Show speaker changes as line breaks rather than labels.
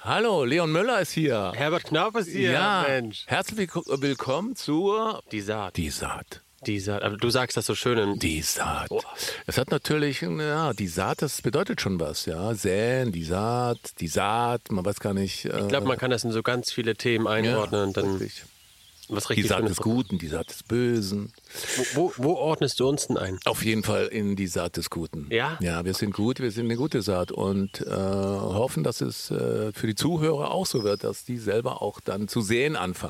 Hallo, Leon Müller ist hier.
Herbert Knauf ist hier,
ja,
Mensch.
herzlich willko- willkommen zur
Oh, Die Saat.
Die Saat.
Die Saat. Aber du sagst das so schön. In
Die Saat.
Oh.
Es hat natürlich, ja, die Saat, das bedeutet schon was, ja. Säen, die Saat, die Saat, man weiß gar nicht. Äh,
ich glaube, man kann das in so ganz viele Themen einordnen und dann
richtig.
was
Die
richtig
Saat
Schönes.
des Guten, die Saat des Bösen.
Wo, wo, wo ordnest du uns denn ein?
Auf jeden Fall in die Saat des Guten.
Ja?
Ja, wir sind gut, wir sind eine gute Saat und äh, hoffen, dass es äh, für die Zuhörer auch so wird, dass die selber auch dann zu sehen anfangen.